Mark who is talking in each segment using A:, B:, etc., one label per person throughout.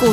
A: 股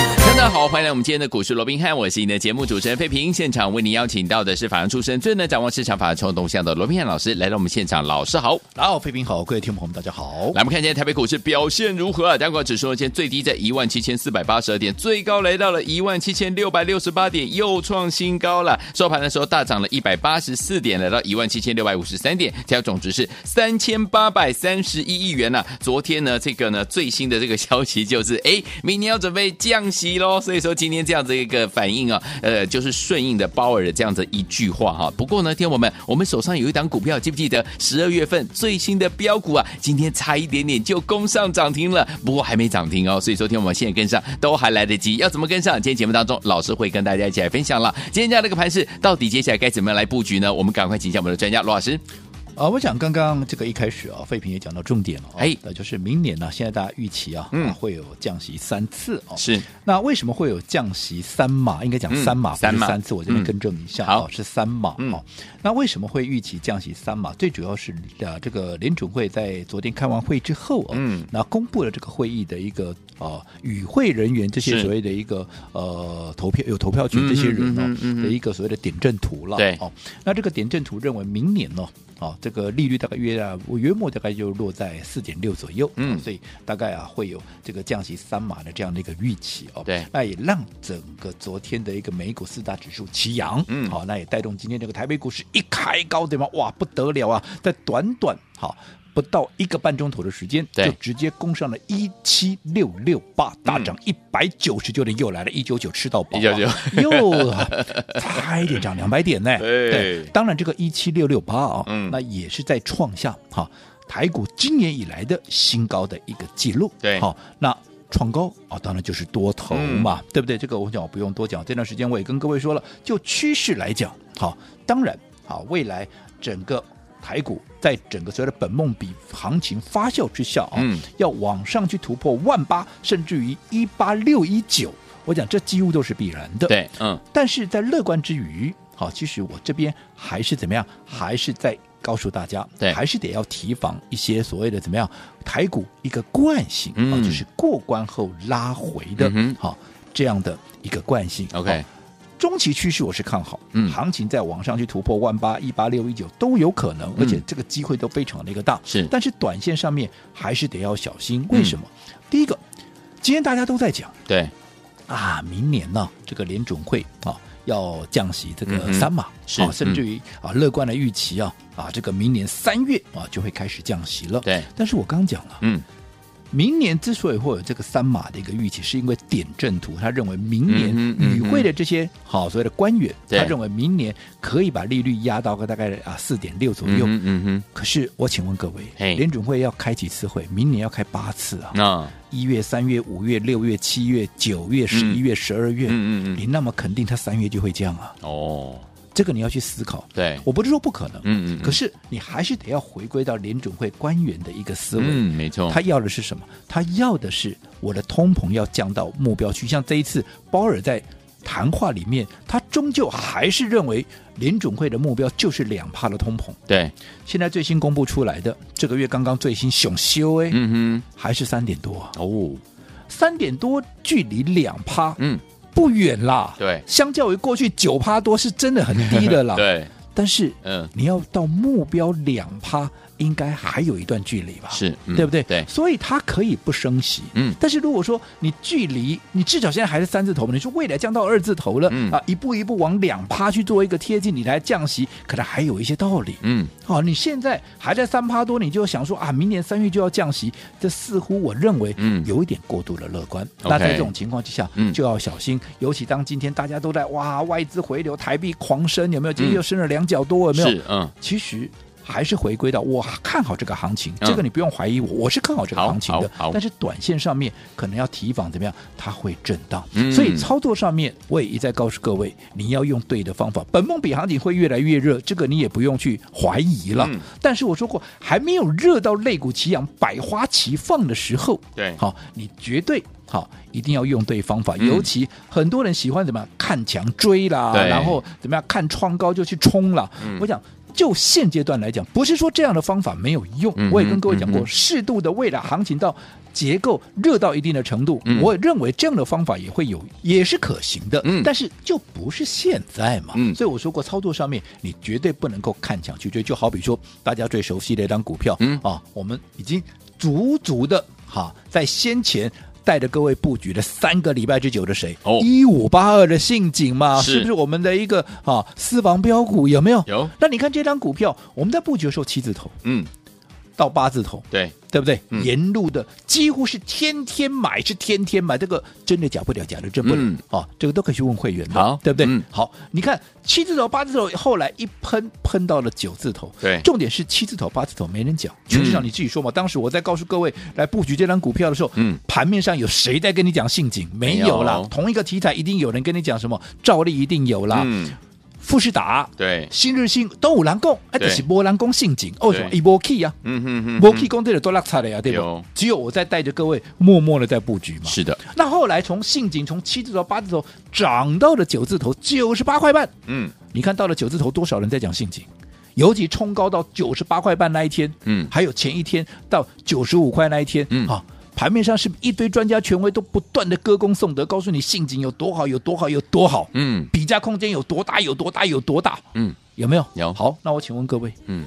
B: 大家好，欢迎来我们今天的股市罗宾汉，我是你的节目主持人费平。现场为您邀请到的是法案出身、最能掌握市场法案冲动向的罗宾汉老师，来到我们现场。老师好，
C: 大家好，费平好，各位听众朋友们，大家好。
B: 来我们看今天台北股市表现如何啊？单股指数呢，今天最低在一万七千四百八十二点，最高来到了一万七千六百六十八点，又创新高了。收盘的时候大涨了一百八十四点，来到一万七千六百五十三点，加总值是三千八百三十一亿元了、啊昨天呢，这个呢最新的这个消息就是，哎，明年要准备降息喽。所以说今天这样子一个反应啊，呃，就是顺应的鲍尔的这样子一句话哈、不过呢，天我们，我们手上有一档股票，记不记得十二月份最新的标股啊？今天差一点点就攻上涨停了，不过还没涨停哦。所以说，天我们现在跟上都还来得及。要怎么跟上？今天节目当中，老师会跟大家一起来分享了。今天这样的一个盘势，到底接下来该怎么样来布局呢？我们赶快请教我们的专家罗老师。
C: 啊，我想刚刚这个一开始啊，费平也讲到重点了、哦，
B: 哎
C: 那就是明年呢、现在大家预期啊，
B: 嗯
C: 啊会有降息三次哦。
B: 是，
C: 那为什么会有降息三码？应该讲
B: 嗯
C: 三码、不
B: 三
C: 是
B: 码
C: 三次，我这边
B: 嗯
C: 更正一下，
B: 好
C: 哦是三码、
B: 嗯
C: 哦。那为什么会预期降息三码？最主要是呃，这个联准会在昨天开完会之后哦，
B: 嗯
C: 那公布了这个会议的一个呃与会人员这
B: 是
C: 些所谓的一个呃投票有投票权这些人哦、
B: 嗯哼嗯哼嗯哼
C: 的一个所谓的点阵图了，
B: 对
C: 哦。那这个点阵图认为明年呢、哦。这个利率大概约啊，我约莫大概就落在四点六左右，哦
B: 嗯
C: 所以大概啊会有这个降息三码的这样的一个预期哦，
B: 对
C: 那也让整个昨天的一个美股四大指数齐扬，
B: 嗯
C: 好、那也带动今天这个台北股市一开高，对吗？哇，不得了啊，在短短好。不到一个半钟头的时间，
B: 对嗯
C: 就直接攻上了一七六六八，大涨一百九十九点，又来了，一九九吃到饱、啊，
B: 199
C: 又啊差一点涨两百点呢、
B: 对
C: 哎当然这个一七六六八啊，
B: 哎嗯
C: 那也是在创下哈、台股今年以来的新高的一个记录。
B: 对
C: 好、那。创高啊、当然就是多头嘛，
B: 嗯
C: 对不对？这个我想我不用多讲。这段时间我也跟各位说了，就趋势来讲，好、当然，好、未来整个台股在整个所谓的本梦比行情发酵之下啊、
B: 嗯
C: 要往上去突破万八，甚至于一八六一九，我讲这几乎都是必然的。
B: 对，嗯，
C: 但是在乐观之余，好，其实我这边还是怎么样，还是在告诉大家，
B: 对
C: 还是得要提防一些所谓的怎么样台股一个惯性，
B: 嗯
C: 啊就是过关后拉回的，
B: 嗯哼
C: 好这样的一个惯性。
B: OK
C: 好中期趋势我是看好，
B: 嗯
C: 行情在往上去突破万八、一八六、一九都有可
B: 嗯
C: 能，而且这个机会都非常的一个大。
B: 是
C: 但是短线上面还是得要小心。为什么？
B: 嗯
C: 第一个，今天大家都在讲。
B: 对，
C: 啊，明年呢、这个联准会啊要降息这
B: 嗯
C: 个
B: 哼
C: 三码，
B: 是嗯
C: 啊，甚至于啊乐观的预期啊啊，这个明年三月啊就会开始降息了。
B: 对，
C: 但是我刚讲了，
B: 嗯，
C: 明年之所以会有这个三码的一个预期，是因为点阵图他认为明
B: 嗯
C: 年
B: 哼
C: 与会的这些好、所谓的官员，
B: 对
C: 他认为明年可以把利率压到个大概啊四点六左右。
B: 嗯嗯嗯，
C: 可是我请问各位
B: 嘿，嗯
C: 联准会要开几次会？明年要开八次啊！
B: 那
C: 一月、三月、五月、六月、七月、九月、十一月、十二
B: 嗯
C: 月，
B: 嗯嗯
C: 你那么肯定它三月就会降啊？
B: 哦，
C: 这个你要去思考。
B: 对，
C: 我不是说不可能，
B: 嗯嗯嗯
C: 可是你还是得要回归到联准会官员的一个思维，
B: 嗯，没错，
C: 他要的是什么？他要的是我的通膨要降到目标区。像这一次鲍尔在谈话里面，他终究还是认为联准会的目标就是两帕的通膨。
B: 对，
C: 现在最新公布出来的，这个月刚刚最新熊修哎，
B: 嗯
C: 还是三点多啊，
B: 哼，哦，
C: 三点多距离两趴
B: 嗯，
C: 不远啦。
B: 对
C: 相较于过去九趴多，是真的很低的啦。，
B: 对，
C: 但是
B: 嗯，
C: 你要到目标两趴，应该还有一段距离吧？，
B: 是，嗯
C: 对不对？
B: 对，
C: 所以它可以不升息。
B: 嗯
C: 但是如果说你距离你至少现在还是三字头嘛，你说未来降到二字头了、
B: 嗯
C: 啊，一步一步往两趴去做一个贴近，你来降息，可能还有一些道理。
B: 嗯，
C: 好、哦你现在还在三趴多，你就想说啊，明年三月就要降息，这似乎我认为
B: 嗯
C: 有一点过度的乐观。
B: OK
C: 那在这种情况之下，
B: 嗯
C: 就要小心，尤其当今天大家都在哇外资回流，台币狂升，有没有？今天
B: 嗯
C: 又升了两角多，有没有？
B: 是，嗯，
C: 其实还是回归到我看好这个行情，
B: 嗯
C: 这个你不用怀疑我，我是看好这个
B: 好
C: 行情的
B: 好好。
C: 但是短线上面可能要提防怎么样，它会震荡
B: 嗯。
C: 所以操作上面我也一再告诉各位，你要用对的方法。本梦比行情会越来越热，这个你也不用去怀疑了
B: 嗯。
C: 但是我说过，还没有热到肋骨齐扬、百花齐放的时候，
B: 对
C: 好，你绝对。好，一定要用对方法，
B: 嗯
C: 尤其很多人喜欢怎么样看强追啦，
B: 对
C: 然后怎么样看创高就去冲啦。
B: 嗯
C: 我想，就现阶段来讲，不是说这样的方法没有用，
B: 嗯哼
C: 我也跟各位讲过，
B: 嗯哼
C: 适度的未来行情到结构热到一定的程度，
B: 嗯
C: 我也认为这样的方法也会有，也是可行的。
B: 嗯
C: 但是就不是现在嘛。
B: 嗯
C: 所以我说过，操作上面你绝对不能够看强去追，就好比说大家最熟悉的一张股票，
B: 嗯
C: 啊，我们已经足足的哈，在先前。带着各位布局的三个礼拜之久的谁？
B: 哦
C: 一五八二的信锦嘛，
B: 是
C: 是不是我们的一个啊私房标股？有没有？
B: 有
C: 那你看这张股票，我们在布局的时候七字头
B: 嗯，
C: 到八字头，
B: 对，
C: 对不对？
B: 嗯
C: 沿路的几乎是天天买，是天天买，这个真的假不了，假的真不了、
B: 嗯
C: 啊！这个都可以去问会员的，
B: 好
C: 对不对？
B: 嗯
C: 好，你看七字头、八字头，后来一喷喷到了九字头，
B: 对
C: 重点是七字头、八字头没人讲，全市场
B: 嗯
C: 你自己说嘛。当时我在告诉各位来布局这张股票的时候，
B: 嗯
C: 盘面上有谁在跟你讲信景？没有啦，
B: 没有
C: 同一个题材一定有人跟你讲什么，照例一定有啦，
B: 嗯，
C: 富士达。
B: 对，
C: 新日新都有人讲，哎，
B: 对
C: 这是波兰讲信景，哦，
B: 对
C: 一波 key 啊，
B: 嗯哼哼
C: 摩 key 工队的多落差的呀，对
B: 有
C: 不？只有我在带着各位默默的在布局嘛。
B: 是的，
C: 那后来从信锦从七字头、八字头涨到了九字头，九十八块半。
B: 嗯
C: 你看到了九字头，多少人在讲信锦？尤其冲高到九十八块半那一天，
B: 嗯
C: 还有前一天到九十五块那一天，
B: 嗯
C: 啊，盘面上是不是一堆专家权威都不断的歌功颂德，告诉你信锦有多好，有多好，有多好，
B: 嗯
C: 比价空间有多大，有多大，有多大，
B: 嗯
C: 有没有？
B: 有
C: 好，那我请问各位，
B: 嗯，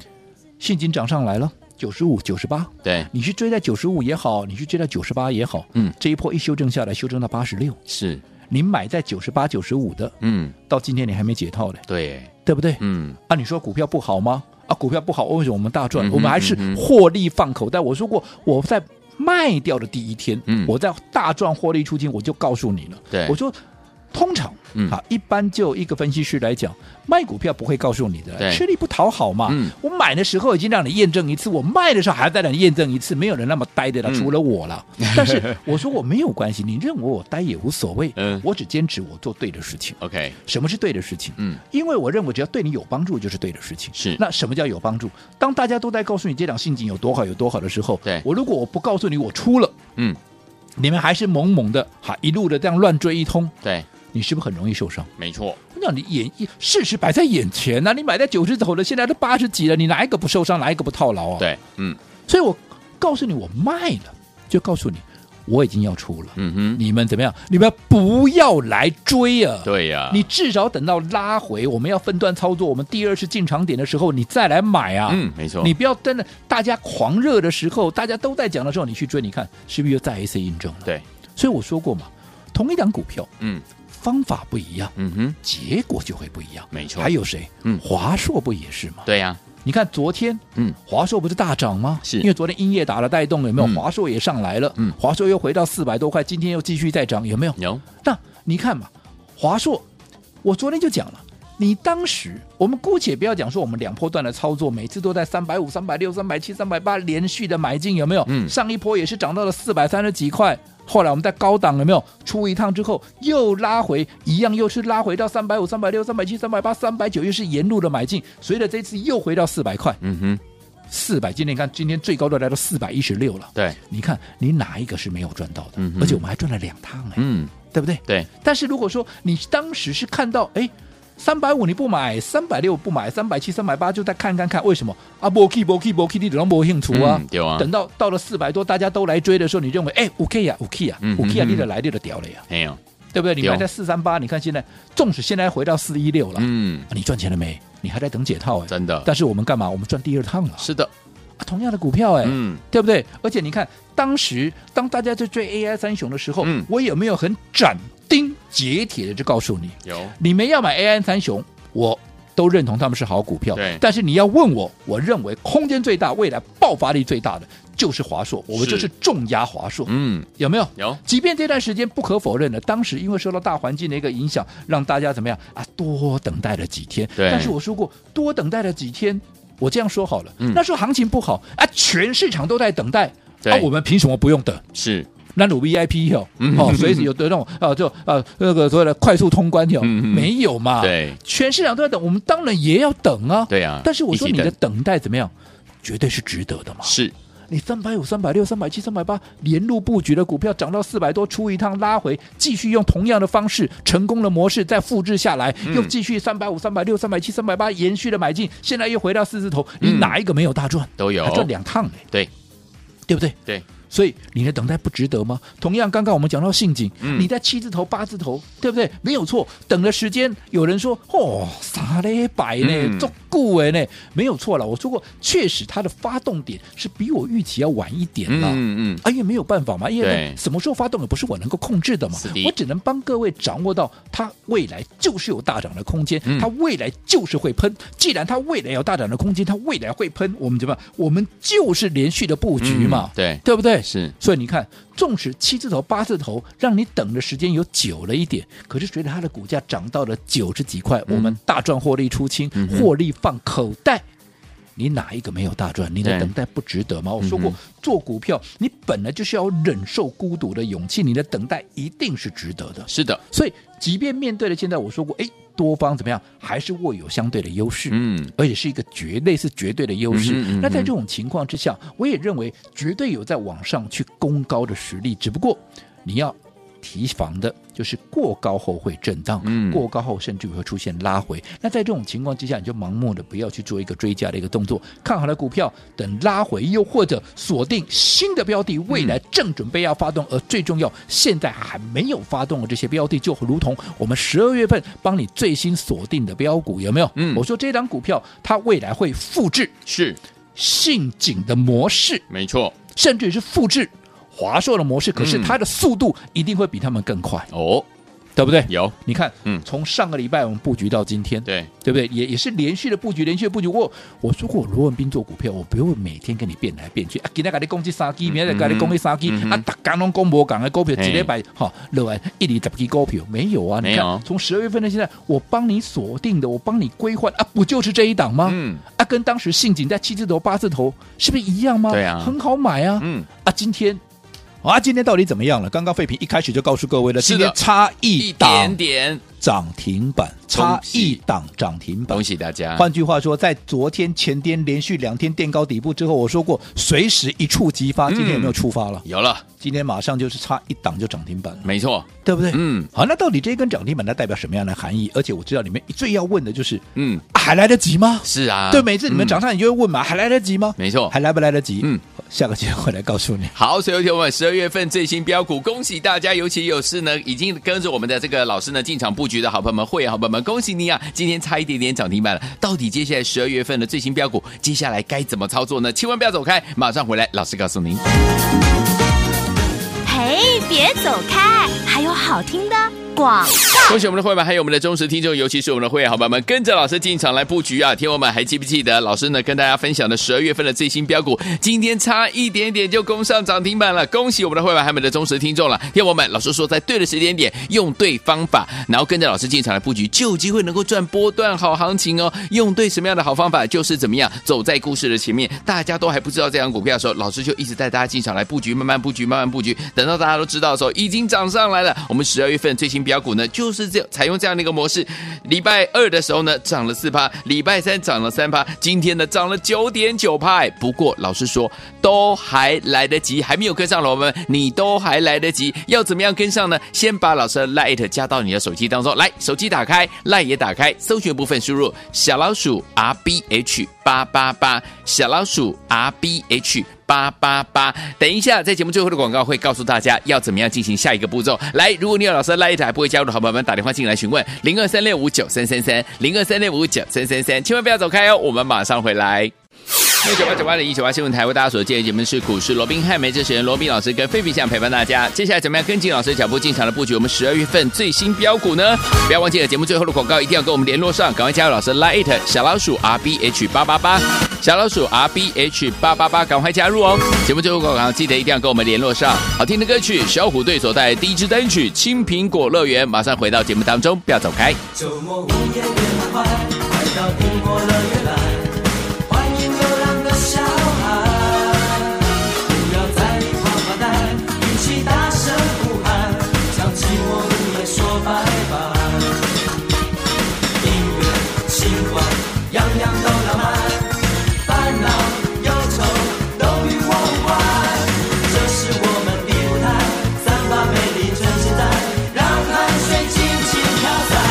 C: 信锦涨上来了，九十五、九十八，
B: 对，
C: 你是追在九十五也好，你是追在九十八也好，
B: 嗯
C: 这一波一修正下来，修正到八十六，
B: 是，
C: 你买在九十八、九十五的，
B: 嗯，
C: 到今天你还没解套嘞，
B: 对，
C: 对不对？
B: 嗯
C: 啊，你说股票不好吗？啊，股票不好，为什么我们大赚？
B: 嗯哼
C: 我们还是
B: 嗯哼
C: 获利放口袋。我说过，我在卖掉的第一天，
B: 嗯
C: 我在大赚获利出金，我就告诉你了。
B: 对
C: 我说通常。
B: 嗯
C: 啊，一般就一个分析师来讲，卖股票不会告诉你
B: 对
C: 的，吃力不讨好嘛。
B: 嗯
C: 我买的时候已经让你验证一次，我卖的时候还要再让你验证一次，没有人那么呆的了，
B: 嗯
C: 除了 我了。但是我说我没有关系，你认为我呆也无所谓，
B: 嗯
C: 我只坚持我做对的事情。
B: ，OK，
C: 什么是对的事情？
B: 嗯，
C: 因为我认为只要对你有帮助就是对的事情。
B: 是
C: 那什么叫有帮助？当大家都在告诉你这档陷阱有多好有多好的时候，
B: 对
C: 我如果我不告诉你我出了，
B: 嗯，
C: 你们还是猛猛的哈一路的这样乱追一通，
B: 对，你
C: 你是不是很容易受伤？
B: 没错，
C: 那你眼事实摆在眼前呐、你买在九十头的，现在都八十几了，你哪一个不受伤，哪一个不套牢啊？，
B: 对，嗯
C: 所以我告诉你我卖了，就告诉你我已经要出了，
B: 嗯哼，
C: 你们怎么样？你们不要来追啊！
B: 对呀，
C: 你至少等到拉回，我们要分段操作，我们第二次进场点的时候，你再来买啊。
B: 嗯，没错，
C: 你不要真的大家狂热的时候，大家都在讲的时候，你去追，你看是不是又再一次印证了？
B: 对，
C: 所以我说过嘛，同一档股票
B: 嗯
C: 方法不一样，
B: 嗯哼，
C: 结果就会不一样。
B: 没错
C: 还有谁？
B: 嗯
C: 华硕不也是吗？
B: 对呀，
C: 你看昨天，
B: 嗯，
C: 华硕不是大涨吗？
B: 是
C: 因为昨天英业达的带动，有没有？
B: 嗯
C: 华硕也上来了，
B: 嗯
C: 华硕又回到四百多块，今天又继续再涨，有没有？
B: 有，
C: 那你看嘛，华硕，我昨天就讲了。你当时，我们姑且不要讲说我们两波段的操作，每次都在三百五、三百六、三百七、三百八连续的买进，有没有？
B: 嗯
C: 上一波也是涨到了四百三十几块，后来我们在高档有没有出一趟之后又拉回，一样又是拉回到三百五、三百六、三百七、三百八、三百九，又是沿路的买进，随着这次又回到四百块，
B: 嗯哼，
C: 四百，今天你看今天最高的来到四百一十六了。
B: 对，
C: 你看你哪一个是没有赚到的？
B: 嗯哼
C: 而且我们还赚了两趟哎、
B: 嗯，
C: 对不对？
B: 对，
C: 但是如果说你当时是看到，哎，三百五你不买，三百六不买，三百七、三百八就再看看看，为什么啊？不 key 不 key 不 key，你等到没兴趣啊
B: 嗯？对啊
C: 等到到了四百多，大家都来追的时候，你认为，哎，五 K 呀，五 K 呀
B: 嗯，
C: 五 K 呀，
B: 嗯嗯
C: 啊你的来，你的屌了呀，
B: 没有，
C: 对不对？你
B: 对哦
C: 买在四三八，你看现在，纵使现在回到四一六了，
B: 嗯，
C: 啊你赚钱了没？你还在等解套哎。
B: 真的，
C: 但是我们干嘛？我们赚第二趟了，
B: 是的，
C: 啊同样的股票哎。
B: 嗯，
C: 对不对？而且你看，当时当大家在追 AI 三雄的时候，
B: 嗯
C: 我有没有很斩钉截铁的就告诉你，
B: 有，
C: 你们要买 AI 三雄，我都认同他们是好股票
B: 对，
C: 但是你要问我，我认为空间最大、未来爆发力最大的就是华硕，我们
B: 是
C: 就是重压华硕，
B: 嗯，
C: 有没有？
B: 有，
C: 即便这段时间不可否认的，当时因为受到大环境的一个影响，让大家怎么样啊？多等待了几天。
B: 对
C: 但是我说过，多等待了几天，我这样说好了，
B: 嗯
C: 那时候行情不好啊，全市场都在等待，
B: 对
C: 啊，我们凭什么不用等？
B: 是，
C: 那鲁 VIP 哦
B: 嗯，
C: 哦，所以有的那种 啊，就啊那个所谓的快速通关哦，
B: 嗯嗯
C: 没有嘛，，
B: 对
C: 全市场都在等，我们当然也要等啊，
B: 对啊。
C: 但是我说
B: 一
C: 你
B: 起
C: 的
B: 等
C: 等待怎么样，绝对是值得的嘛，
B: 是
C: 你三百五、三百六、三百七、三百八连路布局的股票涨到四百多，出一趟拉回，继续用同样的方式、成功的模式再复制下来，
B: 嗯
C: 又继续三百五、三百六、三百七、三百八延续的买进，现在又回到四字头，你
B: 嗯
C: 哪一个没有大赚？
B: 都有
C: 还，啊赚两趟呢，
B: 对
C: 对不对？
B: 对，
C: 所以你的等待不值得吗？同样，刚刚我们讲到信景，
B: 嗯
C: 你在七字头、八字头，对不对？没有错，等的时间，有人说哦，啥嘞百
B: 嗯
C: 呢，做固哎呢，没有错了。我说过，确实它的发动点是比我预期要晚一点了。
B: 嗯嗯，
C: 啊，因为没有办法嘛，因为
B: 对
C: 什么时候发动也不是我能够控制的嘛
B: 是的，
C: 我只能帮各位掌握到它未来就是有大涨的空间，
B: 嗯
C: 它未来就是会喷。既然它未来有大涨的空间，它未来会喷，我们怎么样？我们就是连续的布局嘛，
B: 嗯对
C: 对不对？
B: 是
C: 所以你看，纵使七字头、八字头，让你等的时间有久了一点，可是随着它的股价涨到了九十几块，
B: 嗯
C: 我们大赚获利出清，
B: 嗯哼
C: 获利放口袋。你哪一个没有大赚？你的
B: 对
C: 等待不值得吗？我说过
B: 嗯哼，
C: 做股票你本来就是要忍受孤独的勇气，你的等待一定是值得的。
B: 是的，
C: 所以，即便面对了现在，我说过，哎，多方怎么样，还是握有相对的优势。
B: 嗯
C: 而且是一个绝类似绝对的优势。
B: 嗯哼嗯哼
C: 那在这种情况之下，我也认为绝对有在往上去攻高的实力，只不过你要。提防的就是过高后会震荡，
B: 嗯
C: 过高后甚至会出现拉回。那在这种情况之下，你就盲目的不要去做一个追加的一个动作，看好了股票，等拉回，又或者锁定新的标的，未来正准备要发动，而最重要，现在还没有发动的这些标的，就如同我们十二月份帮你最新锁定的标股，有没有？
B: 嗯
C: 我说这张股票它未来会复制
B: 是
C: 信景的模式，
B: 没错
C: 甚至是复制华硕的模式，可是
B: 嗯
C: 它的速度一定会比他们更快，
B: 哦，
C: 对不对？
B: 有
C: 你看，
B: 嗯
C: 从上个礼拜我们布局到今天，
B: 对
C: 对不对？也也是连续的布局，连续的布局。我我说过，罗文斌做股票，我不会每天跟你变来变去。啊，今天给你攻击三支，明天再给你攻击三支
B: 嗯，哼
C: 啊，大家拢讲无讲的股票，
B: 嘿
C: 一礼拜哈，落来一里十支股票没有啊？
B: 没
C: 你
B: 有
C: 看，从十二月份到现在，我帮你锁定的，我帮你规划啊，不就是这一档吗？
B: 嗯
C: 啊，跟当时信锦在七字头、八字头是不是一样吗？
B: 对啊
C: 很好买啊。
B: 嗯
C: 啊，今天。啊，今天到底怎么样了？刚刚废品一开始就告诉各位了，
B: 是的
C: 今天差一
B: 一
C: 档
B: 点点，
C: 涨停板，差一档涨停板
B: 恭。喜大家，
C: 换句话说，在昨天、前天连续两天垫高底部之后，我说过随时一触即发。
B: 嗯
C: 今天有没有触发了？
B: 有了，
C: 今天马上就是差一档就涨停板了，
B: 没错，
C: 对不对？
B: 嗯
C: 好，那到底这一根涨停板它代表什么样的含义？而且我知道你们最要问的就是，
B: 嗯，
C: 啊还来得及吗？
B: 是啊，
C: 对，每次你们
B: 嗯
C: 涨上来你就会问嘛，还来得及吗？
B: 没错
C: 还来不来得及？
B: 嗯，
C: 下个节目我来告诉你。
B: 好，所以有听我们十二月份最新标股，恭喜大家！尤其有是呢，已经跟着我们的这个老师呢进场布局的好朋友们、会员好朋友们，恭喜你啊！今天差一点点涨停板了，到底接下来十二月份的最新标股，接下来该怎么操作呢？千万不要走开，马上回来，老师告诉您。
A: 嘿，别走开，还有好听的广。
B: 恭喜我们的会员们，还有我们的忠实听众，尤其是我们的会员好朋友们，跟着老师进场来布局啊！听友们还记不记得老师呢跟大家分享的十二月份的最新标股，今天差一点点就攻上涨停板了，恭喜我们的会员还有我们的忠实听众了。听友们，老师说在对的时间点，用对方法，然后跟着老师进场来布局，就有机会能够赚波段好行情哦。用对什么样的好方法，就是怎么样走在故事的前面。大家都还不知道这样股票的时候，老师就一直带大家进场来布局，慢慢布局，慢慢布局。等到大家都知道的时候，已经涨上来了。我们十二月份最新标股呢，就是这采用这样的一个模式。礼拜二的时候呢，涨了四趴；礼拜三涨了三趴；今天呢，涨了九点九趴。哎不过老师说，都还来得及，还没有跟上了我们，你都还来得及。要怎么样跟上呢？先把老师的 Light 加到你的手机当中来，手机打开，Light 也打开，搜寻部分输入小老鼠 R B H 八八八，小老鼠 R B H。八八八。等一下，在节目最后的广告会告诉大家要怎么样进行下一个步骤。来，如果你有老师的 Light 还不会加入的好朋友们，打电话进来询问零二三六五九三三三零二三六五九三三三，千万不要走开哦，我们马上回来。六九八九八零一九八新闻台为大家所见的节目是股市罗宾汉梅这时人罗宾老师跟费比想陪伴大家。接下来怎么样跟进老师的脚步进场的布局？我们十二月份最新标股呢？不要忘记了节目最后的广告，一定要跟我们联络上，赶快加入老师 Lite 小老鼠 R B H 八八八，小老鼠 R B H 八八八，赶快加入哦！节目最后广告记得一定要跟我们联络上。好听的歌曲，小虎队所带来第一支单曲《青苹果乐园》，马上回到节目当中，不要走开。
D: 周末午夜也很快，快到苹果乐园来，欢拜拜。音乐、星光，样样都浪漫，烦恼、忧愁都与我无关。这是我们的舞台，散发美丽真实在，让汗水轻轻飘散。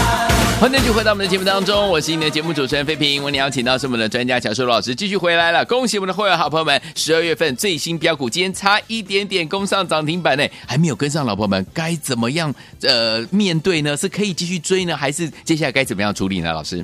B: 欢迎继续回到我们的节目当中，我是你的节目主持人飞平。我们邀请到是我们的专家乔树老师继续回来了，恭喜我们的会员好朋友们，十二月份最新标股今天差一点点攻上涨停板呢，还没有跟上，老婆们该怎么样呃面对呢？是可以继续追呢，还是接下来该怎么样处理呢？老师，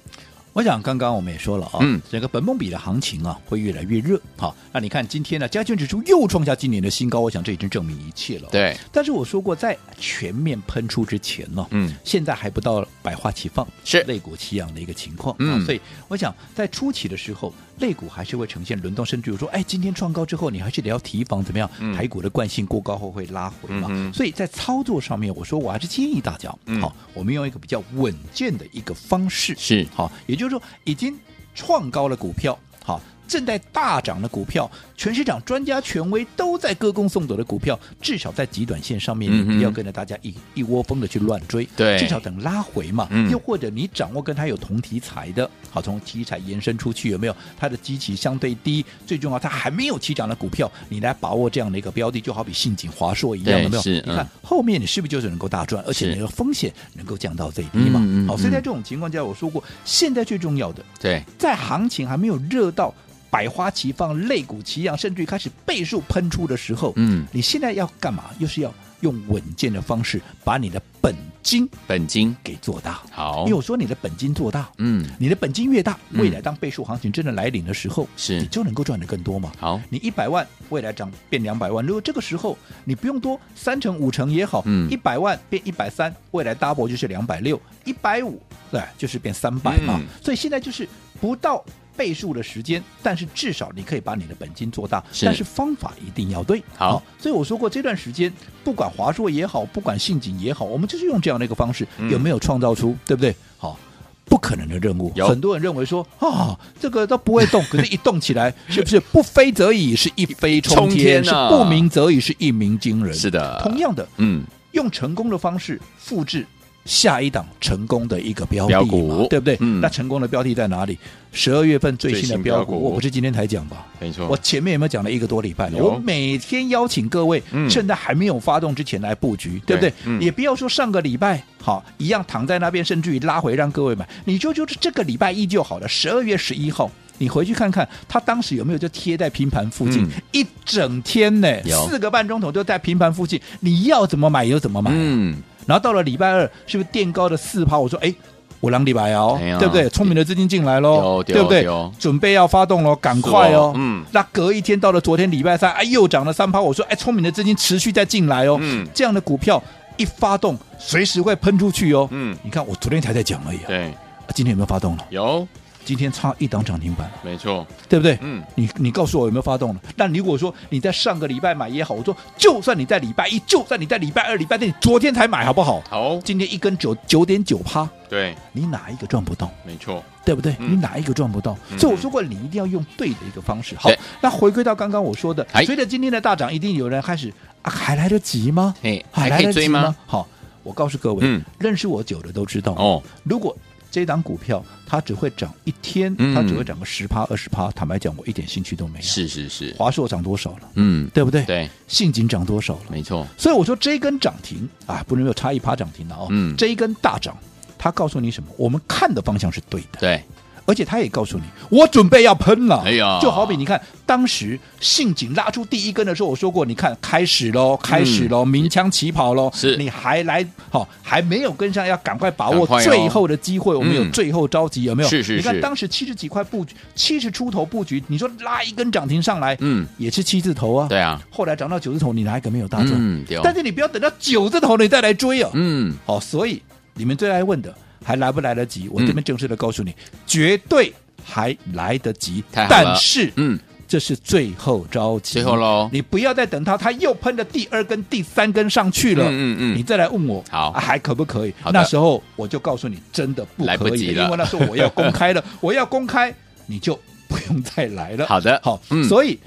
C: 我想刚刚我们也说了啊、
B: 嗯
C: 整个本梦比的行情啊会越来越热。好，那你看今天呢，加权指数又创下今年的新高，我想这已经证明一切了、啊
B: 对，
C: 但是我说过，在全面喷出之前呢、
B: 嗯，
C: 现在还不到百花齐放，
B: 是
C: 肋骨齐扬的一个情况。
B: 嗯
C: 啊所以我想在初期的时候，肋骨还是会呈现轮动，甚至有说，哎，今天创高之后，你还是得要提防怎么样
B: 嗯，
C: 台股的惯性过高后会拉回嘛。
B: 嗯哼
C: 所以在操作上面，我说我还是建议大家，
B: 嗯
C: 好，我们用一个比较稳健的一个方式，
B: 是
C: 好，也就是说已经创高了股票，好。正在大涨的股票，全市场专家权威都在歌功颂德的股票，至少在极短线上面，你
B: 嗯哼
C: 不要跟着大家一一窝蜂的去乱追，
B: 对
C: 至少等拉回嘛，
B: 嗯
C: 又或者你掌握跟它有同题材的，好，从题材延伸出去有没有？它的基期相对低，最重要它还没有起涨的股票，你来把握这样的一个标的，就好比信锦华硕一样，
B: 对
C: 有没有？
B: 是
C: 你
B: 嗯
C: 看后面你是不是就是能够大赚，而且
B: 是
C: 你的风险能够降到最低嘛？
B: 嗯嗯
C: 好，所以在
B: 嗯
C: 这种情况下，我说过，现在最重要的
B: 对，
C: 在行情还没有热到百花齐放、肋骨齐扬，甚至于开始倍数喷出的时候，
B: 嗯，
C: 你现在要干嘛？又是要用稳健的方式把你的本金
B: 本金
C: 给做大。
B: 好
C: 因为，我说你的本金做大，
B: 哦嗯，
C: 你的本金越大，
B: 嗯
C: 未来当倍数行情真的来临的时候，
B: 是
C: 你就能够赚得更多嘛。
B: 好，
C: 你一百万未来涨变两百万，如果这个时候你不用多三成五成也好，
B: 嗯
C: 一百万变一百三，未来 double 就是两百六，一百五对，就是变三百嘛。
B: 嗯
C: 所以现在就是不到。倍数的时间，但是至少你可以把你的本金做大，
B: 是
C: 但是方法一定要对。
B: 好
C: 所以我说过这段时间，不管华硕也好，不管信锦也好，我们就是用这样的一个方式，
B: 嗯
C: 有没有创造出，对不对？好。不可能的任务，
B: 有
C: 很多人认为说啊、这个都不会 动，可是一动起来，是不是不飞则已，是一飞冲天；
B: 冲天啊
C: 是不鸣则已，是一鸣惊人。
B: 是的
C: 同样的，
B: 嗯，
C: 用成功的方式复制下一档成功的一个标的
B: 标
C: 嘛，
B: 股
C: 对不对？
B: 嗯
C: 那成功的标的在哪里？十二月份最新
B: 最
C: 的
B: 新
C: 标
B: 标
C: 股，
B: 股
C: 我不是今天才讲吧？
B: 没错
C: 我前面有没有讲了一个多礼拜了？
B: 有
C: 我每天邀请各位，
B: 嗯
C: 趁在还没有发动之前来布局，对不
B: 对
C: 对？
B: 嗯
C: 也不要说上个礼拜好一样躺在那边，甚至于拉回让各位买，你就就是这个礼拜一就好了。十二月十一号，你回去看看他当时有没有就贴在平盘附近、
B: 嗯
C: 一整天呢，
B: 有
C: 四个半钟头就在平盘附近，你要怎么买就怎么买。
B: 嗯，
C: 然后到了礼拜二，是不是垫高了四趴？我说，哎，我让礼拜哦
B: 哎呀，
C: 对不对？聪明的资金进来喽，
B: 对哦
C: 对不对
B: 对哦？
C: 准备要发动喽，赶快
B: 是哦
C: 哦。
B: 嗯，
C: 那隔一天到了昨天礼拜三，哎，又涨了三趴。我说，哎，聪明的资金持续在进来哦
B: 嗯，
C: 这样的股票一发动，随时会喷出去哦。
B: 嗯
C: 你看我昨天才在讲而已啊，
B: 对，
C: 啊今天有没有发动了？
B: 有，
C: 今天差一档涨停板，
B: 没错，
C: 对不对？
B: 嗯，
C: 你你告诉我有没有发动了？那如果说你在上个礼拜买也好，我说就算你在礼拜一，就算你在礼拜二、礼拜天，你昨天才买好不好？
B: 好，
C: 今天一根九九点九趴，
B: 对，
C: 你哪一个赚不到？
B: 没错，
C: 对不对？
B: 嗯
C: 你哪一个赚不到？
B: 嗯
C: 所以我说过，你一定要用对的一个方式。好
B: 对，
C: 那回归到刚刚我说的
B: 哎，
C: 随着今天的大涨，一定有人开始啊，还来得及吗？
B: 嘿，
C: 啊
B: 还可以追？
C: 来得
B: 吗
C: 及？好，我告诉各位，
B: 嗯
C: 认识我久的都知道，
B: 哦，
C: 如果这档股票它只会涨一天，
B: 嗯
C: 它只会涨个十趴二十趴，坦白讲，我一点兴趣都没有。
B: 是是是，
C: 华硕涨多少了？
B: 嗯，
C: 对不对？，
B: 对，
C: 信锦涨多少了？
B: 没错，
C: 所以我说这一根涨停啊，不能有差一趴涨停了哦。
B: 嗯
C: 这一根大涨，它告诉你什么？我们看的方向是对的，
B: 对，
C: 而且它也告诉你，我准备要喷了。
B: 哎呀
C: 就好比你看，当时信锦拉出第一根的时候，我说过，你看开始喽，开始喽，鸣枪起跑喽，
B: 嗯是
C: 你还来好、还没有跟上，要赶快把
B: 赶
C: 握
B: 快哦
C: 最后的机会，我们有
B: 嗯
C: 最后着急，有没有？
B: 是是
C: 你看
B: 是
C: 当时七十几块布局，七十出头布局，你说拉一根涨停上来，
B: 嗯，
C: 也是七字头啊。
B: 对啊，
C: 后来涨到九字头，你哪一个没有大赚？
B: 嗯，对哦，
C: 但是你不要等到九字头你再来追哦。
B: 嗯，
C: 好、所以你们最爱问的还来不来得及？我这边正式的告诉你，绝对还来得及。
B: 太好了
C: 但是，
B: 嗯，
C: 这是最后着急，
B: 最后喽
C: 你不要再等它，它又喷了第二根、第三根上去了。
B: 嗯嗯嗯
C: 你再来问我，
B: 好
C: 啊还可不可以
B: 好？的
C: 那时候我就告诉你，真的不可以
B: 来不及了
C: 因为那时候我要公开了，我要公开，你就不用再来了。
B: 好的，
C: 好，
B: 嗯，
C: 所以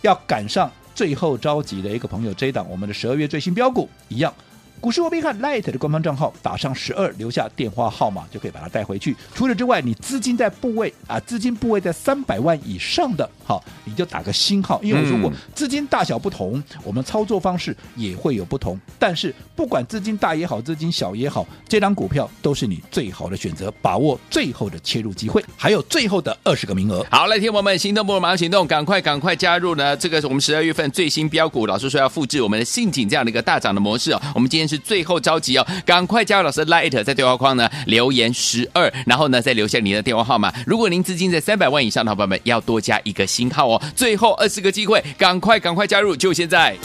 C: 要赶上最后着急的一个朋友，这一档我们的十二月最新标股一样。股市罗宾汉 Light 的官方账号打上十二，留下电话号码就可以把它带回去。除了之外，你资金在部位啊，资金部位在三百万以上的，好，你就打个星号，因为如果
B: 嗯
C: 资金大小不同，我们操作方式也会有不同。但是不管资金大也好，资金小也好，这张股票都是你最好的选择，把握最后的切入机会，还有最后的二十个名额。
B: 好，来，听我们心动不如马上行动，赶快赶快加入呢！这个是我们十二月份最新标股，老师说要复制我们的信锦这样的一个大涨的模式哦。我们今天是最后着急哦，赶快加入老师的 Light，在对话框呢留言十二，然后呢再留下您的电话号码。如果您资金在三百万以上的伙伴们，要多加一个星号哦。最后二十个机会，赶快赶快加入，就现在！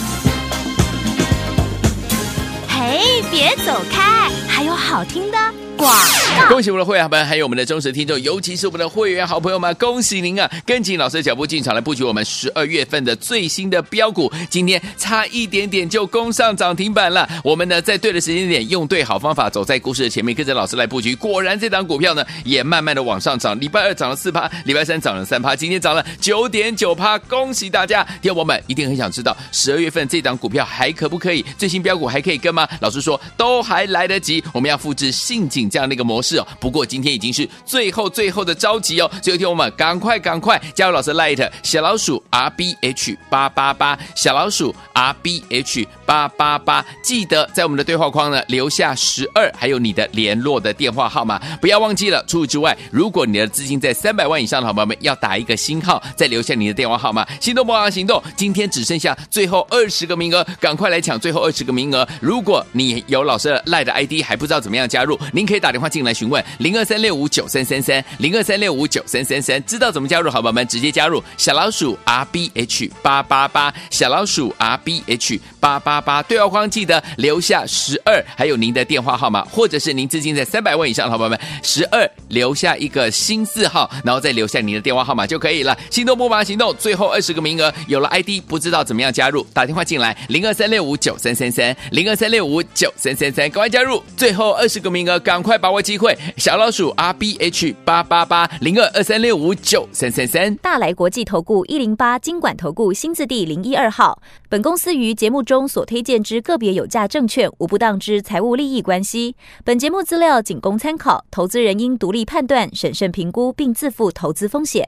A: 嘿，别走开，还有好听的广告。
B: 恭喜我们的会员好朋友们，还有我们的忠实听众，尤其是我们的会员好朋友们，恭喜您啊！跟紧老师的脚步进场来布局我们十二月份的最新的标股，今天差一点点就攻上涨停板了。我们呢在对的时间点，用对好方法，走在故事的前面，跟着老师来布局。果然这档股票呢也慢慢的往上涨，礼拜二涨了四趴，礼拜三涨了三趴，今天涨了九点九趴，恭喜大家！听众朋友们一定很想知道十二月份这档股票还可不可以，最新标股还可以跟吗？老师说都还来得及，我们要复制信锦这样的一个模式哦。不过今天已经是最后最后的着急哦，所以听我们赶快赶快加入老师 Light 小老鼠 R B H 八八八小老鼠 R B H 八八八，记得在我们的对话框呢留下十二，还有你的联络的电话号码，不要忘记了。除此之外，如果你的资金在三百万以上的好朋友们，要打一个星号，再留下你的电话号码。心动不忙行动，今天只剩下最后二十个名额，赶快来抢最后二十个名额。如果你有老师的赖的 ID 还不知道怎么样加入，您可以打电话进来询问零二三六五九三三三零二三六五九三三三，知道怎么加入好朋友们直接加入小老鼠 R B H 八八八小老鼠 R B H 八八八对话框记得留下十二，还有您的电话号码，或者是您资金在三百万以上的好朋友们，十二留下一个新字号，然后再留下您的电话号码就可以了。心动不忙行动，最后二十个名额，有了 ID 不知道怎么样加入，打电话进来零二三六五九三三三零二三六五九三三三，赶快加入，最后二十个名额，赶快把握机会。小老鼠 R B H 八八八零二二三六五九三三三。
E: 大来国际投顾一零八金管投顾新字第零一二号。本公司于节目中所推荐之个别有价证券，无不当之财务利益关系。本节目资料仅供参考，投资人应独立判断、审慎评估，并自负投资风险。